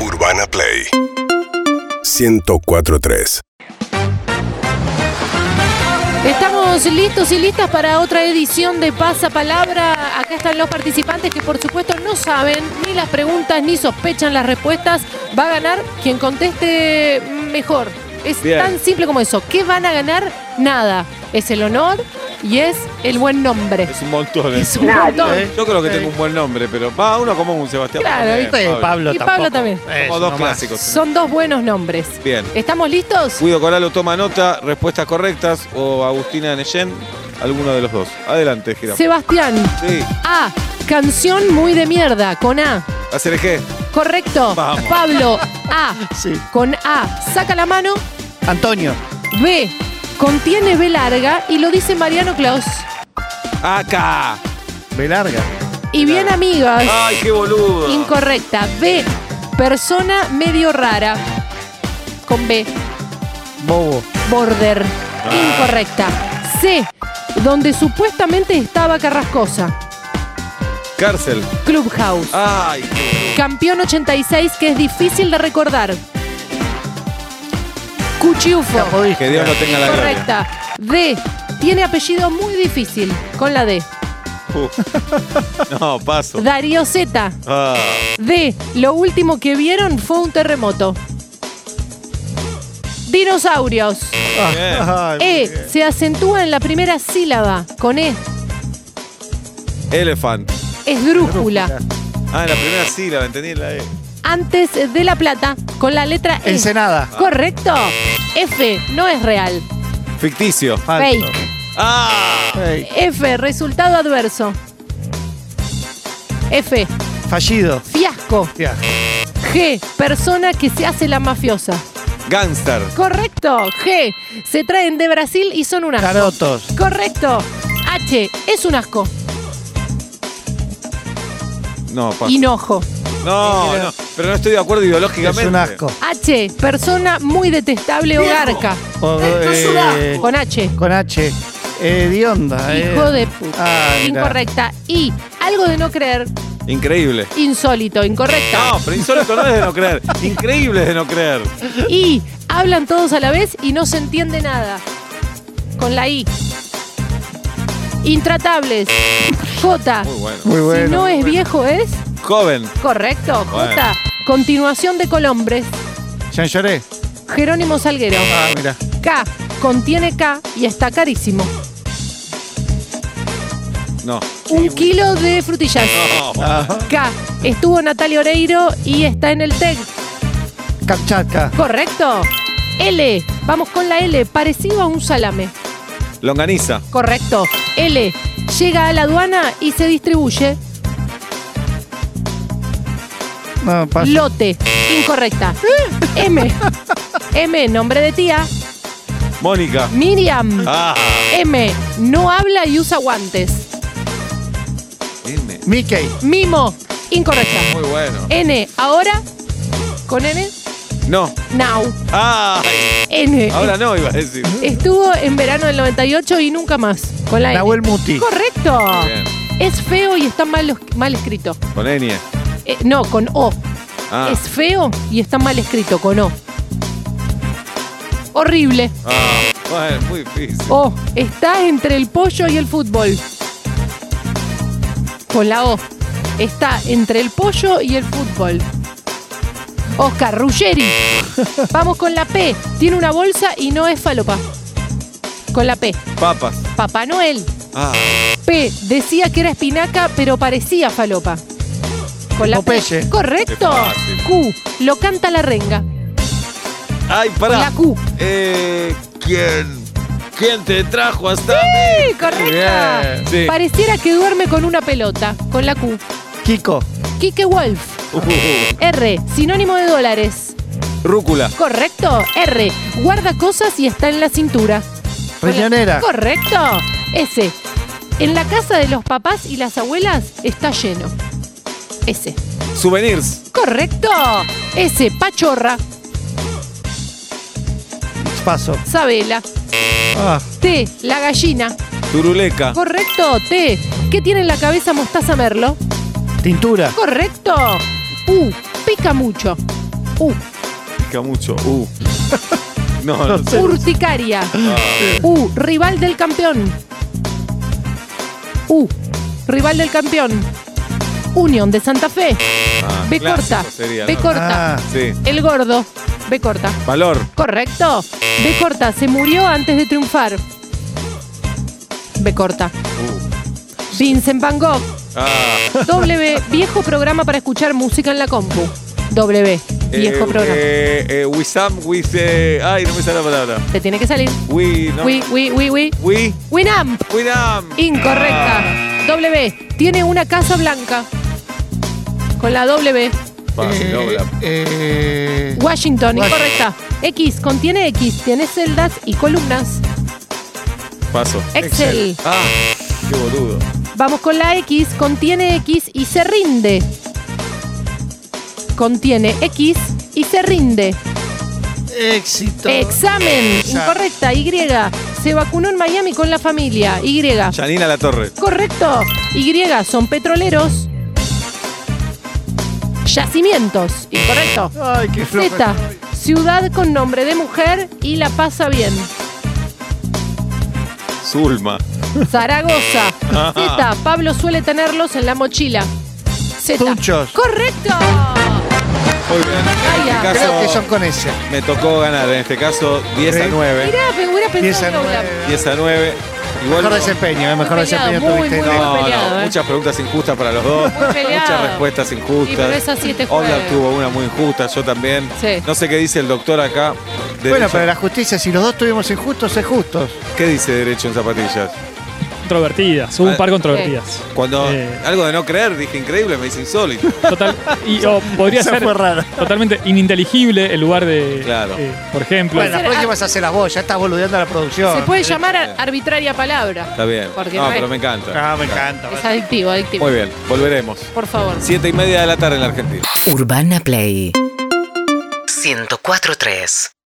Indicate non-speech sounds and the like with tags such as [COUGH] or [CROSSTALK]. Urbana Play 1043. Estamos listos y listas para otra edición de Pasapalabra. Acá están los participantes que por supuesto no saben ni las preguntas ni sospechan las respuestas. Va a ganar quien conteste mejor. Es Bien. tan simple como eso. ¿Qué van a ganar? Nada. Es el honor y es el buen nombre. Es un montón. ¿eh? Es un Nadie. montón. ¿Eh? Yo creo que tengo un buen nombre, pero va uno como un Sebastián. Claro, Bien, ¿viste? Pablo. Y Pablo también. Como dos clásicos. Son dos buenos nombres. Bien. ¿Estamos listos? Guido Coralo toma nota, respuestas correctas o Agustina Neyen, alguno de los dos. Adelante, Gira. Sí. Sebastián. A. Canción muy de mierda con A. Hacer eje. Correcto. Vamos. Pablo, A. Sí. Con A, saca la mano. Antonio. B, contiene B larga y lo dice Mariano Claus. Acá. Belarga. Y bien, amigas, Ay, qué boludo. incorrecta. B, persona medio rara. Con B, Bobo. border. Ah. Incorrecta. C, donde supuestamente estaba Carrascosa. Cárcel. Clubhouse. Ay, qué- Campeón 86 que es difícil de recordar. Cuchiufo. que Dios lo tenga la gloria. Correcta. D. Tiene apellido muy difícil. Con la D. Uf. No, paso. Darío Z. Ah, D. Lo último que vieron fue un terremoto. Dinosaurios. bien. E. Se acentúa en la primera sílaba. Con E. Elephant. Esdrújula. Ah, la primera sílaba, entendí la E. Antes de la plata. Con la letra E. Ensenada. Correcto. F. No es real. Ficticio. Falso. Fake. Ah, Fake. F. Resultado adverso. F. Fallido. Fiasco. Hostia. G. Persona que se hace la mafiosa. gangster. Correcto. G. Se traen de Brasil y son un asco. Carotos. Correcto. H. Es un asco. No, paso. Hinojo. No, no, pero no estoy de acuerdo Es ideológicamente. un asco. H. Persona muy detestable o garca. O, eh, Con H. Con H. Eh, Dionda. eh. Hijo de puta. Ah, mirá. Incorrecta. I. Algo de no creer. Increíble. Insólito. Incorrecta. Ah. No, pero insólito no es de no creer. Increíble es de no creer. I. Hablan todos a la vez y no se entiende nada. Con la I. Intratables. J. Muy bueno. Muy bueno. Si no es viejo es. Joven. Correcto, J. Bueno. Continuación de Colombres. Jean Lloré. Jerónimo Salguero. Ah, mira. K. Contiene K y está carísimo. No. Un kilo de frutillas. No. K. Estuvo Natalia Oreiro y está en el TEC. Kamchatka. Correcto. L. Vamos con la L. Parecido a un salame. Longaniza. Correcto. L. Llega a la aduana y se distribuye. No, paso. Lote. [LAUGHS] Incorrecta. M. M. Nombre de tía. Mónica. Miriam. Ah. M. No habla y usa guantes. M. Mickey. Mimo. Incorrecta. Muy bueno. N. Ahora. Con N. No. Now. Ah. N. Ahora no iba a decir. eh, Estuvo en verano del 98 y nunca más. Con la N. Nahuel Muti. Correcto. Bien. Es feo y está mal, mal escrito. Con Enie. Eh, no, con O. Ah. Es feo y está mal escrito con O. Horrible. Ah. Bueno, muy difícil. O. Está entre el pollo y el fútbol. Con la O. Está entre el pollo y el fútbol. Oscar [LAUGHS] Ruggeri. Vamos con la P. Tiene una bolsa y no es falopa. Con la P. Papas. Papá Noel. Ah. P. Decía que era espinaca, pero parecía falopa. Con la P. Popeye. Correcto. Qué Q. Lo canta la renga. Ay, Con la pará. Q. Eh. ¿Quién? ¿Quién te trajo hasta mí? Sí, correcta. Bien. Sí. Pareciera que duerme con una pelota. Con la Q. Kiko. Kike Wolf. Uh, R. Sinónimo de dólares. rúcula. Correcto. R. Guarda cosas y está en la cintura. Con la- Riñonera. Correcto. S. En la casa de los papás y las abuelas está lleno. S. Souvenirs. Correcto. S. Pachorra. Paso. Sabela. Ah, T. La gallina. Turuleca. Correcto. T. ¿Qué tiene en la cabeza Mostaza Merlo? tintura. Correcto. U. Uh, Pica mucho. Uh, U. Pica mucho. Uh. [LAUGHS] No, no sé. Urticaria. U. Rival del campeón. U. Rival del campeón. Unión de Santa Fe. Ah, B clásico corta. sería, B ¿no? corta. Ah. Sí. El gordo. B corta. Valor. Correcto. B corta. Se murió antes de triunfar. B corta. Uh. Vincent Van [LAUGHS] Gogh. Ah. W. Viejo programa para escuchar música en la compu. W. Viejo eh, programa. Eh, eh, Wisam, Wis. eh, ay, no me sale la palabra. Te tiene que salir. Wi. No. Wi, wi, wi, wi. Wi. Ah, Winamp. Winam. Incorrecta. W. Tiene una casa blanca. Con la W. Fácil, Ah, no, la- eh, Washington. Incorrecta. X. Contiene X. Tiene celdas y columnas. Paso. Excel. Ah, qué boludo. Vamos con la X. Contiene X y se rinde. Contiene X y se rinde. éxito. Examen. Ya. Incorrecta. Y. Se vacunó en Miami con la familia. Y. Janina La Torre. Correcto. Y son petroleros. Yacimientos. Incorrecto. Ay, qué flojo. Z. Ciudad con nombre de mujer y la pasa bien. Zulma. Zaragoza. Ah. Z. Pablo suele tenerlos en la mochila. Z. Tunchos. Correcto. Muy bien. En Vaya. este caso, Creo que son con ese. me tocó ganar. En este caso, 10 a Sí. 9. Mirá, me hubiera Diez pensado a en Oblap. nueve. 10 a 9. Igual. Mejor no- desempeño, eh, Muy mejor desempeño peleado, muy, tuviste. muy ¿no? No, peleado, no, ¿eh? muchas preguntas injustas para los dos. Muy peleado. Muchas respuestas injustas. Y pero es así este Oblak jueves. tuvo una muy injusta, yo también. Sí. No sé qué dice el doctor acá. Derecho. Bueno, pero la justicia, si los dos tuvimos injustos, es justos. ¿Qué dice derecho en zapatillas? Controvertidas, hubo Ah. un par controvertidas. Cuando Eh. algo de no creer, dije increíble, me dice [LAUGHS] insólito. Total, [LAUGHS] y o podría Eso ser fue raro. totalmente ininteligible el lugar de. Claro. eh, por ejemplo. Bueno, la próxima vas a hacer las vos, ya estás boludeando a la producción. Se puede llamar a- arbitraria palabra. Está bien. Porque no, no es- pero me encanta. Ah, me encanta. Es adictivo, adictivo. Muy bien, volveremos. Por favor. Siete y media de la tarde en la Argentina. Urbana Play 104.3